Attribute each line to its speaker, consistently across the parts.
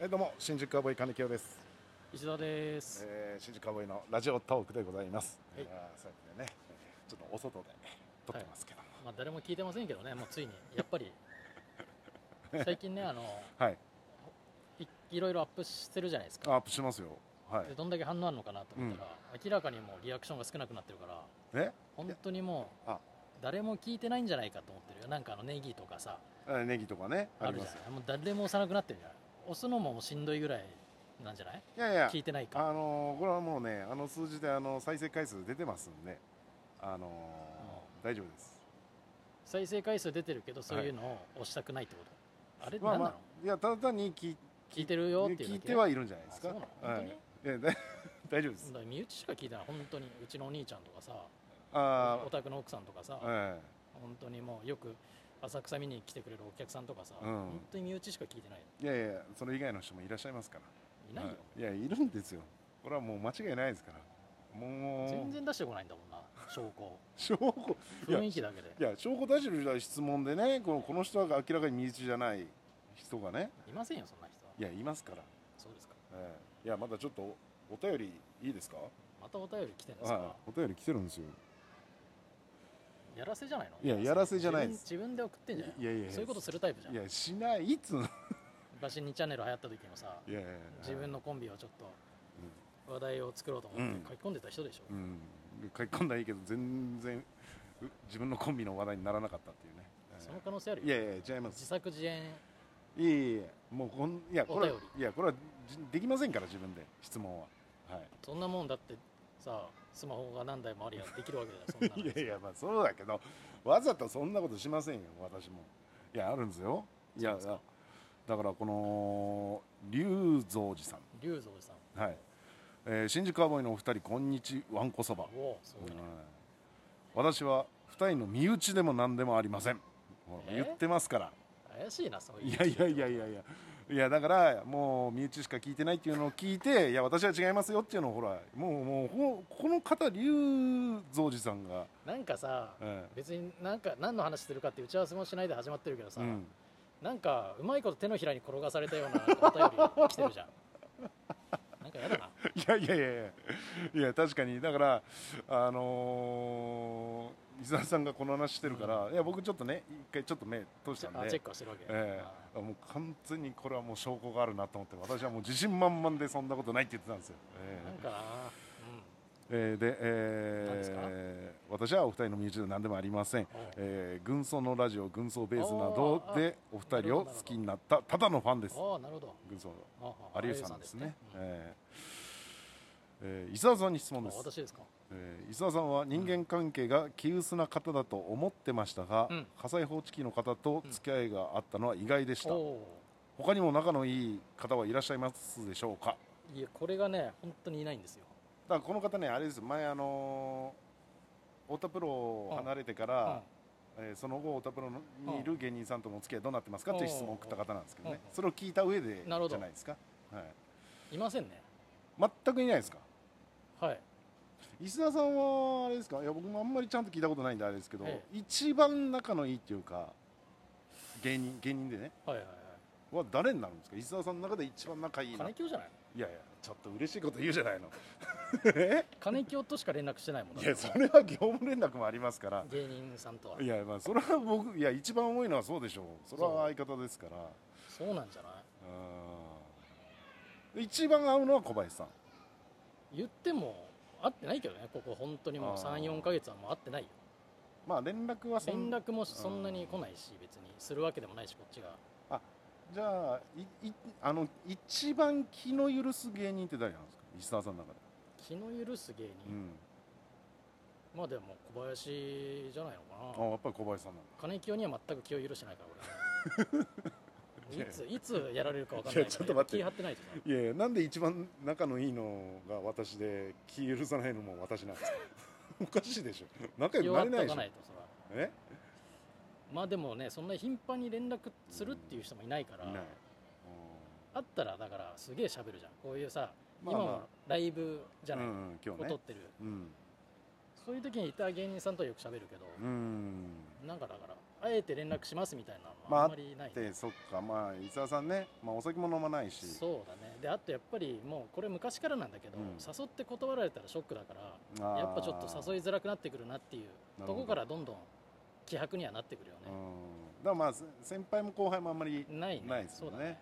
Speaker 1: えどうも新宿アボイ金清です、
Speaker 2: 石田です。
Speaker 1: えー、新宿アボイのラジオトークでございます、
Speaker 2: はい
Speaker 1: あーそうやってねえーちょっとお外で撮ってますけども
Speaker 2: まあ誰も聞いてませんけどね、もうついにやっぱり最近ねあの
Speaker 1: はい、
Speaker 2: いいろいろアップしてるじゃないです
Speaker 1: あ
Speaker 2: か。
Speaker 1: アップしますよはい
Speaker 2: でどんだけ反応あるのかなと思ったら、明らかにもうリアクションが少なくなってるから、
Speaker 1: え
Speaker 2: 本当にもう
Speaker 1: あ
Speaker 2: 誰も聞いてないんじゃないかと思ってるよ。なんかあのネギとかさ
Speaker 1: あネギとかねあ
Speaker 2: あ
Speaker 1: り
Speaker 2: る
Speaker 1: ま
Speaker 2: じゃ
Speaker 1: すよ
Speaker 2: ない。もう誰も押さなくなってるんじゃない。押すのももうしんどいぐらいなんじゃない？
Speaker 1: いやいや
Speaker 2: 聞いてないか。
Speaker 1: あのーこれはもうねあの数字であの再生回数出てますんであのー大丈夫です
Speaker 2: 再生回数出てるけどそういうのを押したくないってこと。あれ
Speaker 1: まあ
Speaker 2: 何
Speaker 1: ま
Speaker 2: な
Speaker 1: あ
Speaker 2: の？
Speaker 1: いやただ単に聞い
Speaker 2: 聞いてるよっていうだけ
Speaker 1: 聞いてはいるんじゃないですか
Speaker 2: あそうなの
Speaker 1: は
Speaker 2: 本当に
Speaker 1: いいやだ 大丈夫です
Speaker 2: だから身内しか聞いてない本当にうちのお兄ちゃんとかさ。
Speaker 1: あ
Speaker 2: お宅の奥さんとかさ、
Speaker 1: あえ
Speaker 2: 本当にもうよく浅草見に来てくれるお客さんとかさ、
Speaker 1: うん
Speaker 2: 本当に身内しか聞いてないよ
Speaker 1: えいやいやそれ以外の人もいらっしゃいますから
Speaker 2: いないよ、
Speaker 1: はい、いやいるんですよこれはもう間違いないですからもう
Speaker 2: 全然出してこないんだもんな証拠
Speaker 1: 証拠いや
Speaker 2: 雰囲気だけで
Speaker 1: いや証拠出してる質問でねこのこの人は明らかに身内じゃない人がね
Speaker 2: いませんよそんな人はい
Speaker 1: やいますから、
Speaker 2: そうですか
Speaker 1: ええいやまだちょっとおお便りいいですか
Speaker 2: またお便り来てるんですか、
Speaker 1: はいお便り来てるんですよ
Speaker 2: やらせじゃないの
Speaker 1: いややらせじゃないです
Speaker 2: 自分自分で送ってんじゃない
Speaker 1: いやいやいや
Speaker 2: そういうことするタイプじゃん
Speaker 1: いやしないっつ うの
Speaker 2: 昔2チャンネル流行った時もさ
Speaker 1: いやいやいや
Speaker 2: 自分のコンビをちょっと話題を作ろうと思って書き込んでた人でしょ、
Speaker 1: うん、うん、書き込んだらいいけど全然う自分のコンビの話題にならなかったっていうね、ええ
Speaker 2: その可能性あるよ
Speaker 1: いやいや違います
Speaker 2: 自作自演
Speaker 1: いえいえもうこんいやこれ
Speaker 2: お
Speaker 1: は
Speaker 2: 便
Speaker 1: いやこれはじできませんから自分で質問は、は
Speaker 2: そんなもんだってさスマホが何台もありゃできるわけだよ そん
Speaker 1: い、
Speaker 2: ないの
Speaker 1: やいやまあそうだけどわざとそんなことしませんよ私もいやあるんですよいや
Speaker 2: そうですか
Speaker 1: だからこの龍蔵寺さ
Speaker 2: 龍造さん
Speaker 1: んはい、えー新宿アボイのお二人こんにちわんこそば、
Speaker 2: おおすごいね
Speaker 1: はい私は二人の身内でも何でもありませんほら
Speaker 2: え
Speaker 1: 言ってますから
Speaker 2: 怪しいなそういう
Speaker 1: いやいやいやいやいやいやだからもう身内しか聞いてないっていうのを聞いていや私は違いますよっていうのをほらもうもうこのこの方龍蔵寺さんが、
Speaker 2: なんかさ、
Speaker 1: え
Speaker 2: 別になんか何の話するかって打ち合わせもしないで始まってるけど
Speaker 1: え
Speaker 2: さ、
Speaker 1: うん、
Speaker 2: なんかうまいこと手のひらに転がされたようなお便り来てる じゃんなんかやだない
Speaker 1: やいやいやいやいや確かにだからあのー伊沢さんがこの話してるから、いや僕ちょっとね一回ちょっと目通したんで
Speaker 2: あチェックはしてるわけ、
Speaker 1: え
Speaker 2: あ
Speaker 1: えもう完全にこれはもう証拠があるなと思って私はもう自信満々でそんなことないって言ってたんですよ、ええ
Speaker 2: なんかな、
Speaker 1: えーで、
Speaker 2: 何ですか
Speaker 1: えー私はお二人の身内で何でもありません
Speaker 2: おう、
Speaker 1: えー軍曹のラジオ軍曹ベースなどでお二人を好きになったただのファンです
Speaker 2: うん、ああなるほど
Speaker 1: 軍曹
Speaker 2: ああ
Speaker 1: 有吉さんですね
Speaker 2: 有吉さんですね
Speaker 1: えーえー伊沢さんに質問
Speaker 2: うん
Speaker 1: で
Speaker 2: あ
Speaker 1: す、
Speaker 2: 私ですか
Speaker 1: えー伊沢さんは人間関係が気薄な方だと思ってましたが、
Speaker 2: うん
Speaker 1: 火災報知器の方と付き合いがあったのは意外でした、
Speaker 2: おお
Speaker 1: 他にも仲のいい方はいらっしゃいますでしょうか
Speaker 2: いやこれがね本当にいないんですよ
Speaker 1: だからこの方ねあれです前あのー太田プロを離れてから、えーその後太田プロにいる芸人さんとのお付き合いどうなってますかっていう質問を送った方なんですけど
Speaker 2: うん
Speaker 1: ね
Speaker 2: うんうん
Speaker 1: それを聞いた上でじ
Speaker 2: なるほど
Speaker 1: ゃないですか、
Speaker 2: うんいませんね
Speaker 1: はい、全くいないですか
Speaker 2: はい
Speaker 1: 石田さんはあれですかいや僕もあんまりちゃんと聞いたことないんであれですけど、
Speaker 2: え
Speaker 1: 一番仲のいいっていうか芸人芸人でね
Speaker 2: はいはいは
Speaker 1: は誰になるんですか石田さんの中で一番仲い
Speaker 2: い
Speaker 1: いな
Speaker 2: 金
Speaker 1: い
Speaker 2: 清じゃない
Speaker 1: やいやちょっと嬉しいこと言うじゃないの
Speaker 2: 金清としか連絡してないもんだっ
Speaker 1: い
Speaker 2: て
Speaker 1: やそれは業務連絡もありますから
Speaker 2: 芸人さんとはい
Speaker 1: やまあそれは僕いや一番多いのはそうでしょうそれは相方ですから
Speaker 2: そうなんじゃない
Speaker 1: うん一番合うのは小林さん
Speaker 2: 言っても会ってないけどねここ本当にもう
Speaker 1: あー
Speaker 2: 34か月はもう会ってないよ
Speaker 1: まあ連絡はそ
Speaker 2: 連
Speaker 1: ん
Speaker 2: 絡もそんなに来ないし別にするわけでもないしこっちが
Speaker 1: じゃあいいあの一番気の許す芸人って誰なんですか石澤さんの中で、
Speaker 2: 気の許す芸
Speaker 1: う
Speaker 2: 人、
Speaker 1: ん、
Speaker 2: まあでも小林じゃないのか
Speaker 1: あ
Speaker 2: な
Speaker 1: やっぱり小林さんなんだ
Speaker 2: 金清には全く気を許してな いから俺いついつやられるか分かん
Speaker 1: い
Speaker 2: ない
Speaker 1: や
Speaker 2: から
Speaker 1: ちょっと待って
Speaker 2: 気張ってないとさ
Speaker 1: いやいやなんで一番仲のいいのが私で気許さないのも私なんです かおかしいでしょ仲良
Speaker 2: 気
Speaker 1: く
Speaker 2: を
Speaker 1: な
Speaker 2: 張
Speaker 1: れ
Speaker 2: っ
Speaker 1: ない
Speaker 2: と
Speaker 1: でし
Speaker 2: か
Speaker 1: ょ
Speaker 2: ないとさ
Speaker 1: え
Speaker 2: まあでもねそんな頻繁に連絡するっていう人もいないから、
Speaker 1: いない、
Speaker 2: あったらだからすげえ喋るじゃんこういうさ、
Speaker 1: うん、まあ
Speaker 2: 今も
Speaker 1: ま
Speaker 2: ライブじ
Speaker 1: あ、
Speaker 2: ゃ
Speaker 1: う
Speaker 2: ない、
Speaker 1: ん、今日
Speaker 2: を撮
Speaker 1: ね
Speaker 2: ってる
Speaker 1: うん
Speaker 2: そういう時にいた芸人さんとはよく喋るけど、
Speaker 1: うん
Speaker 2: なんかだからあえて連絡しますみたいなの
Speaker 1: まあ
Speaker 2: はあんまりない、
Speaker 1: でそっかまあ伊沢さんね、まあ、お酒も飲まないし
Speaker 2: そうだねであとやっぱりもうこれ昔からなんだけど、
Speaker 1: うん
Speaker 2: 誘って断られたらショックだから
Speaker 1: あー
Speaker 2: やっぱちょっと誘いづらくなってくるなってい
Speaker 1: な
Speaker 2: う
Speaker 1: るほど
Speaker 2: とこからどんどん希薄にはなってくるよ
Speaker 1: う
Speaker 2: ね、
Speaker 1: んだからまあせ先輩も後輩もあんまり、うん、
Speaker 2: ないね
Speaker 1: ないです
Speaker 2: そ
Speaker 1: も
Speaker 2: うん
Speaker 1: ね
Speaker 2: だね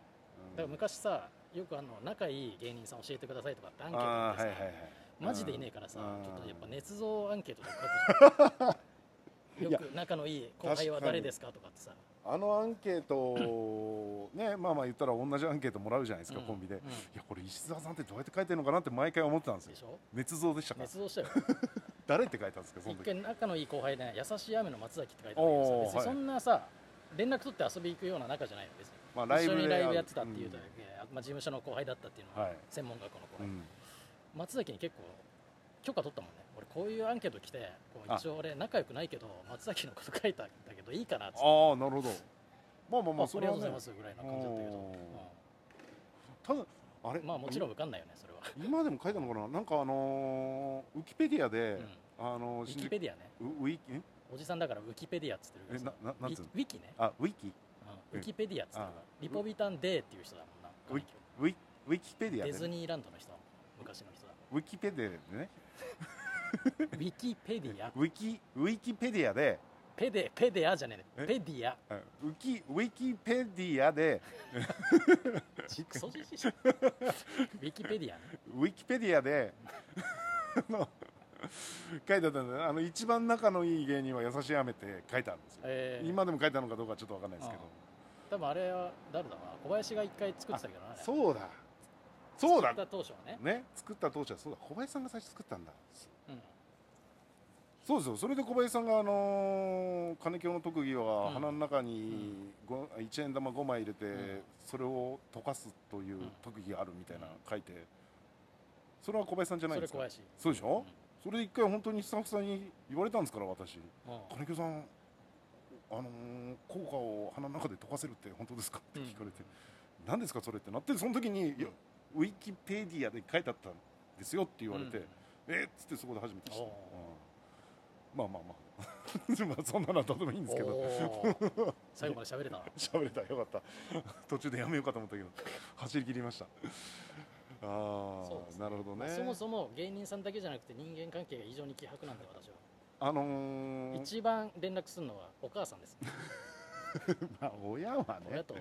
Speaker 2: だから昔さよくあの仲いい芸人さん教えてくださいとかってアンケートや
Speaker 1: あー
Speaker 2: って
Speaker 1: は
Speaker 2: さ、
Speaker 1: いはいはい
Speaker 2: マジでいねえからさ、
Speaker 1: うん
Speaker 2: ちょっとやっぱ捏造アンケートとか書く じゃんよく仲のいい後輩は誰ですかとかってさ
Speaker 1: あのアンケートを ねまあまあ言ったら同じアンケートもらうじゃないですか、
Speaker 2: うん
Speaker 1: コンビで、
Speaker 2: うん
Speaker 1: いやこれ石澤さんってどうやって書いてるのかなって毎回思ってたんですよ
Speaker 2: でしょ
Speaker 1: 捏造でしたから
Speaker 2: 捏造し たよ
Speaker 1: 誰って書いたんですかそ
Speaker 2: 一
Speaker 1: の時
Speaker 2: 回仲のいい後輩で、優しい雨の松崎って書いてあるけど
Speaker 1: おー
Speaker 2: さ別にそんなさ、連絡取って遊び行くような仲じゃないよ別に
Speaker 1: まあ
Speaker 2: 一緒にライブ
Speaker 1: 会
Speaker 2: やってたっていうと、
Speaker 1: ん
Speaker 2: いやまあ、事務所の後輩だったっていうのは、
Speaker 1: はい
Speaker 2: 専門学校の後
Speaker 1: う
Speaker 2: 輩、
Speaker 1: ん
Speaker 2: 松崎に結構許可取ったもんね俺こういうアンケート来てこう一応俺仲良くないけど松崎のこと書いたんだけどいいかなっつって
Speaker 1: ああなるほどまあまあま
Speaker 2: あ
Speaker 1: あ
Speaker 2: そ
Speaker 1: それ
Speaker 2: れは
Speaker 1: は
Speaker 2: ござい
Speaker 1: ね
Speaker 2: ますぐらいな感じだったけど、
Speaker 1: おー
Speaker 2: う
Speaker 1: ただあれ
Speaker 2: んまあもちろん受かんないよねそれは、
Speaker 1: 今でも書いたのかななんかあのーウィキペディアで、あの
Speaker 2: うん、ウ
Speaker 1: ー
Speaker 2: ィキペディアね
Speaker 1: ウウィキん
Speaker 2: おじさんだからウィキペディアっつって
Speaker 1: え
Speaker 2: るけ
Speaker 1: な
Speaker 2: どさ
Speaker 1: ななんつうの
Speaker 2: ウィキね、
Speaker 1: あウィキ
Speaker 2: うんウィキペディアっつってるから
Speaker 1: あ
Speaker 2: リポビタンデーっていう人だもんな
Speaker 1: ウィキウィウィキペディア
Speaker 2: デ
Speaker 1: で
Speaker 2: ィズ
Speaker 1: ね
Speaker 2: ニーランドの人だもん昔の 人だ
Speaker 1: ウィキペディアでね
Speaker 2: ウィキペディア
Speaker 1: ウィキウィキペディアで
Speaker 2: ペデペデアじゃねえね
Speaker 1: え
Speaker 2: ペディア
Speaker 1: あウキウィキペディアで
Speaker 2: クソじじ いじゃんウィキペディアね
Speaker 1: ウィキペディアで あの書いてあったんであの一番仲のいい芸人は優しい雨って書いてあるんですよ、
Speaker 2: えー
Speaker 1: 今でも書いてあるのかどうかちょっとわかんないですけど
Speaker 2: 多分あれは誰だろうな小林が一回作ってたけどなあれ
Speaker 1: そうだそうだ
Speaker 2: 作った当初はね、
Speaker 1: ね作った当初はそうだ小林さんが最初作ったんだ
Speaker 2: うん
Speaker 1: そうですよそれで小林さんが、あのー金京の特技
Speaker 2: う
Speaker 1: は
Speaker 2: ん
Speaker 1: 鼻の中にご1円玉5枚入れて、
Speaker 2: ん
Speaker 1: それを溶かすという
Speaker 2: うん
Speaker 1: 特技があるみたいな
Speaker 2: うん
Speaker 1: 書いてそれは小林さんじゃない
Speaker 2: そ
Speaker 1: んで
Speaker 2: れ
Speaker 1: すか
Speaker 2: 小林
Speaker 1: そうでしょ、それで一回本当にスタッフさんに言われたんですから私
Speaker 2: うんうん
Speaker 1: 金京さんあのー効果を鼻の中で溶かせるって本当ですかって聞かれて、何ですかそれってなってその時に、いやウィキペディアで書いてあったんですよって言われて、
Speaker 2: うん
Speaker 1: えっつってそこで初めて知った、
Speaker 2: おー
Speaker 1: うんまあまあ まあまあそんなのはどうでもいいんですけど
Speaker 2: おー最後まで喋れたな
Speaker 1: 喋れたよかった 途中でやめようかと思ったけど走り切りましたあ
Speaker 2: そうです
Speaker 1: あ、
Speaker 2: ね
Speaker 1: なるほど
Speaker 2: ま
Speaker 1: ね
Speaker 2: あそもそも芸人さんだけじゃなくて人間関係が異常に希薄なんで私は、
Speaker 1: あのー、
Speaker 2: 一番連絡するのはお母さんです、
Speaker 1: まあ親は
Speaker 2: 親
Speaker 1: ね
Speaker 2: と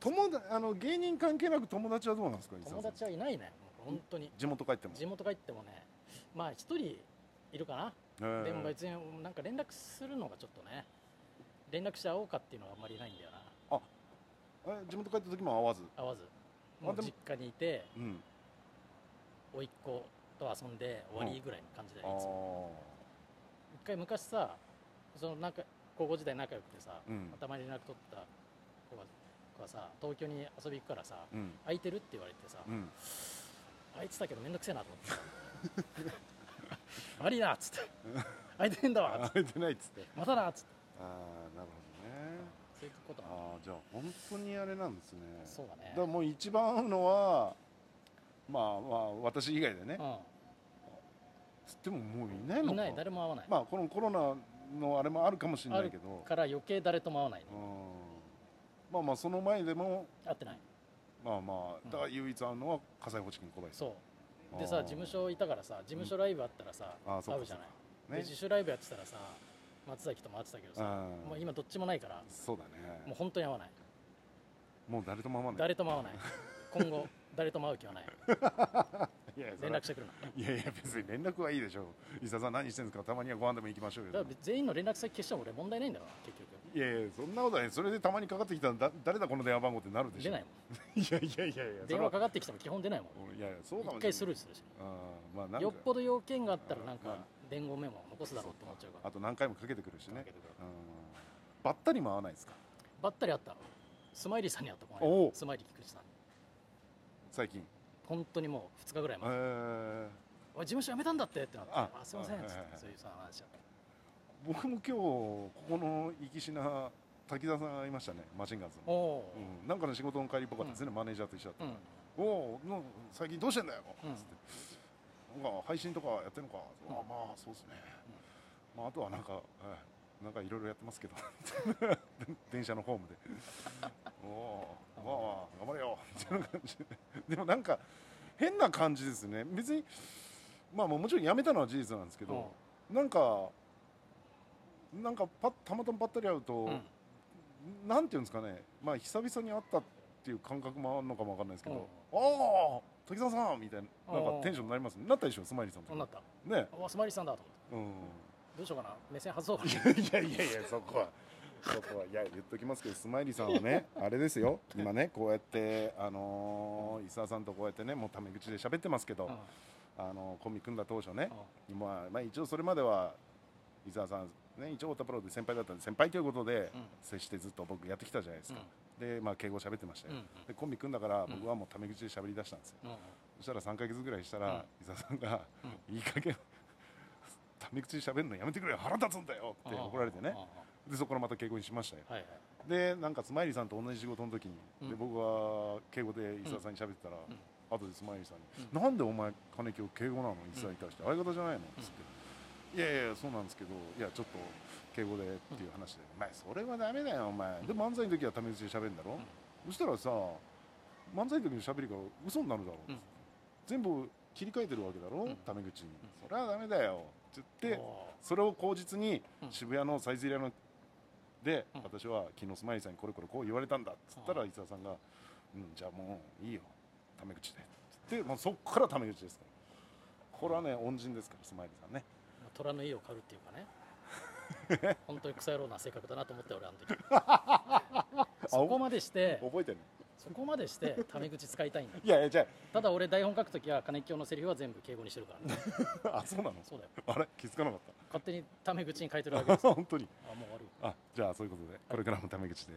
Speaker 1: 友だあの芸人関係なく友達はどうなんですか伊
Speaker 2: 友
Speaker 1: 沢さん
Speaker 2: 達はいないねもう本当に
Speaker 1: 地元帰っても、
Speaker 2: 地元帰ってもねまあ一人いるかな、
Speaker 1: えー
Speaker 2: でも別になんか連絡するのがちょっとね連絡して会おうかっていうのはあんまりないんだよな
Speaker 1: え地元帰った時も会わず
Speaker 2: 会わず
Speaker 1: あ
Speaker 2: もう
Speaker 1: でも
Speaker 2: 実家にいて
Speaker 1: うん
Speaker 2: 甥っ子と遊んで終わりぐらいの感じで、
Speaker 1: ああ
Speaker 2: いつも一回昔さそのなんか高校時代仲良くてさ、
Speaker 1: うん
Speaker 2: たまに連絡取った子が子がさ東京に遊び行くからさ
Speaker 1: うん
Speaker 2: 空いてるって言われてさ、
Speaker 1: うん
Speaker 2: 空いてたけど面倒くせえなと思ってさ 悪いなっつって空いてねえんだわっつっ
Speaker 1: 会えてないっつって
Speaker 2: てまたなっつって
Speaker 1: ああなるほどね
Speaker 2: そういうことなの
Speaker 1: ああじゃあ本当にあれなんですね
Speaker 2: そうだね
Speaker 1: だからもう一番合うのはまあまあ私以外でねつってももういな
Speaker 2: う
Speaker 1: い
Speaker 2: ん、
Speaker 1: の
Speaker 2: い
Speaker 1: か
Speaker 2: ない誰も会わない、
Speaker 1: まあこのコロナのあれもあるかもしれないけど
Speaker 2: から余計誰とも会わないね
Speaker 1: うんまあまあその前でも
Speaker 2: 会ってない
Speaker 1: まあまあだから唯一合うのは火災報知金小林さん
Speaker 2: そうでさ
Speaker 1: あー
Speaker 2: 事務所いたからさ事務所ライブあったらさ、
Speaker 1: うんあーそう
Speaker 2: 会
Speaker 1: か
Speaker 2: うじゃない、で
Speaker 1: ね
Speaker 2: 自主ライブやってたらさ松崎とも会ってたけどさ、
Speaker 1: うん
Speaker 2: もう今どっちもないから
Speaker 1: そうだ
Speaker 2: もう
Speaker 1: ね
Speaker 2: 本当に会わない
Speaker 1: もう誰とも会わない
Speaker 2: 誰とも会わない 今後誰とも会う気はない
Speaker 1: いやいやそれ
Speaker 2: 連
Speaker 1: は
Speaker 2: 絡してくるない
Speaker 1: やいや別に連絡はいいでしょ伊沢さん何してんですかたまにはご飯でも行きましょう
Speaker 2: だ
Speaker 1: よ
Speaker 2: から全員の連絡先消しても俺問題ないんだよな結局
Speaker 1: いやいやそんなことはねそれでたまにかかってきたらだ誰だこの電話番号ってなるでしょ
Speaker 2: 出ない
Speaker 1: い
Speaker 2: も
Speaker 1: いやいやいやいや
Speaker 2: ん
Speaker 1: それ
Speaker 2: 電
Speaker 1: は
Speaker 2: 話かかってきても基本出ないも
Speaker 1: いやいやそうんかもしれない
Speaker 2: 一回スルーするし
Speaker 1: うんまあなんか
Speaker 2: よっぽど要件があったらなん
Speaker 1: ま
Speaker 2: か伝言メモを残すだろうと思っちゃうから
Speaker 1: あと何回もかけてくるしね
Speaker 2: だけど
Speaker 1: うんばったりも合わないですか
Speaker 2: ばったり会ったスマイリーさんに会ったこ
Speaker 1: お
Speaker 2: の
Speaker 1: う
Speaker 2: 間スマイリー菊池さん
Speaker 1: 最近
Speaker 2: 本当にもう2日ぐらい
Speaker 1: え
Speaker 2: 前
Speaker 1: ー
Speaker 2: 「おい事務所辞めたんだって」ってなって「あ
Speaker 1: あ
Speaker 2: すいません」っつ
Speaker 1: は
Speaker 2: っ
Speaker 1: いはいは
Speaker 2: て
Speaker 1: い
Speaker 2: そういうその話だった
Speaker 1: 僕も今日ここの粋しな滝沢さんがいましたねマシンガンズ
Speaker 2: お
Speaker 1: の、
Speaker 2: お
Speaker 1: うん、なんかの仕事の帰りっぽかったですね、マネージャーと一緒だった
Speaker 2: う
Speaker 1: か
Speaker 2: ん
Speaker 1: ら、おおの最近どうしてんだよ、
Speaker 2: うん
Speaker 1: つってなんか配信とかやってんのか、あまあそうですね、まあ、あとはなんか、ええなんかいろいろやって ますけど電車のホームでおおまあまあ頑張れよみたいな感じででもなんか変な感じですね別にまあもうもちろん辞めたのは事実なんですけど、なんかなんかパッたまたまばったり会うと、
Speaker 2: うん
Speaker 1: なんていうんですかねまあ久々に会ったっていう感覚もあるのかもわかんないですけど、ああ滝沢さんみたいななんかテンションになりますねなったでしょスマイリーさんと
Speaker 2: そんなった
Speaker 1: ね
Speaker 2: あスマイリーさんだと思って
Speaker 1: うん
Speaker 2: どうしようかな目線外そうかない
Speaker 1: やいやいやそこはそこはいや言っときますけどスマイリーさんはね あれですよ今ねこうやってあのー伊沢さんとこうやってねもうタメ口で喋ってますけど、
Speaker 2: うん
Speaker 1: あのーコンビ組んだ当初ね、
Speaker 2: うん
Speaker 1: まあ、まあ一応それまでは伊沢さんね一応太田プロで先輩だったんで先輩ということで
Speaker 2: うん
Speaker 1: 接してずっと僕やってきたじゃないですか、でまあ敬語喋ってましたよ、
Speaker 2: うんうん
Speaker 1: でコンビ組んだから僕はもうタメ口で喋り出したんですよ、
Speaker 2: うんうん
Speaker 1: そしたら3か月ぐらいしたら、伊沢さんが、いい加減タメ口で喋るのやめてくれよ腹立つんだよって怒られてね
Speaker 2: うんうんうん
Speaker 1: でそこからまた敬語にしましたよ
Speaker 2: はいはい
Speaker 1: でなんかスマイリーさんと同じ仕事の時に、
Speaker 2: うん
Speaker 1: で僕は敬語で伊沢さんに喋ってたら、
Speaker 2: うん
Speaker 1: 後でスマイリーさんに、なんでお前金木を敬語なの伊沢に対して、相方じゃないのっつって、いやいやそうなんですけどいやちょっと敬語でっていう話で、お前それはダメだよお前、で漫才の時はタメ口で喋るんだろ、そしたらさ漫才の時の喋りが嘘になるだろう、
Speaker 2: うん
Speaker 1: 全部切り替えてるわけだろ、
Speaker 2: うん
Speaker 1: タメ口に、それはダメだよって言って
Speaker 2: お
Speaker 1: それを口実に
Speaker 2: うん
Speaker 1: 渋谷のサイゼリアので、
Speaker 2: うん
Speaker 1: 私は昨日スマイリーさんにこれこれこう言われたんだっつったら
Speaker 2: あ
Speaker 1: 伊沢さんが「うんじゃあもういいよタメ口で」って言ってもうそこからタメ口ですからこれはね恩人ですからスマイリーさんね
Speaker 2: ー虎の家を狩るっていうかね本当にクソ野郎な性格だなと思って俺あの時そこまでして
Speaker 1: 覚えてる
Speaker 2: そこまでしてタメ口使いたいんだ
Speaker 1: いやいやじゃ
Speaker 2: ただ俺台本書くときは金清のセリフは全部敬語にしてるからね
Speaker 1: ああそうなの
Speaker 2: そうだよ
Speaker 1: あれ気づかなかっ
Speaker 2: 勝手にタメ口に変えてるわけ
Speaker 1: た
Speaker 2: ですよ
Speaker 1: 本当に
Speaker 2: あもう悪い
Speaker 1: あじゃあそういうことでこれからもタメ口で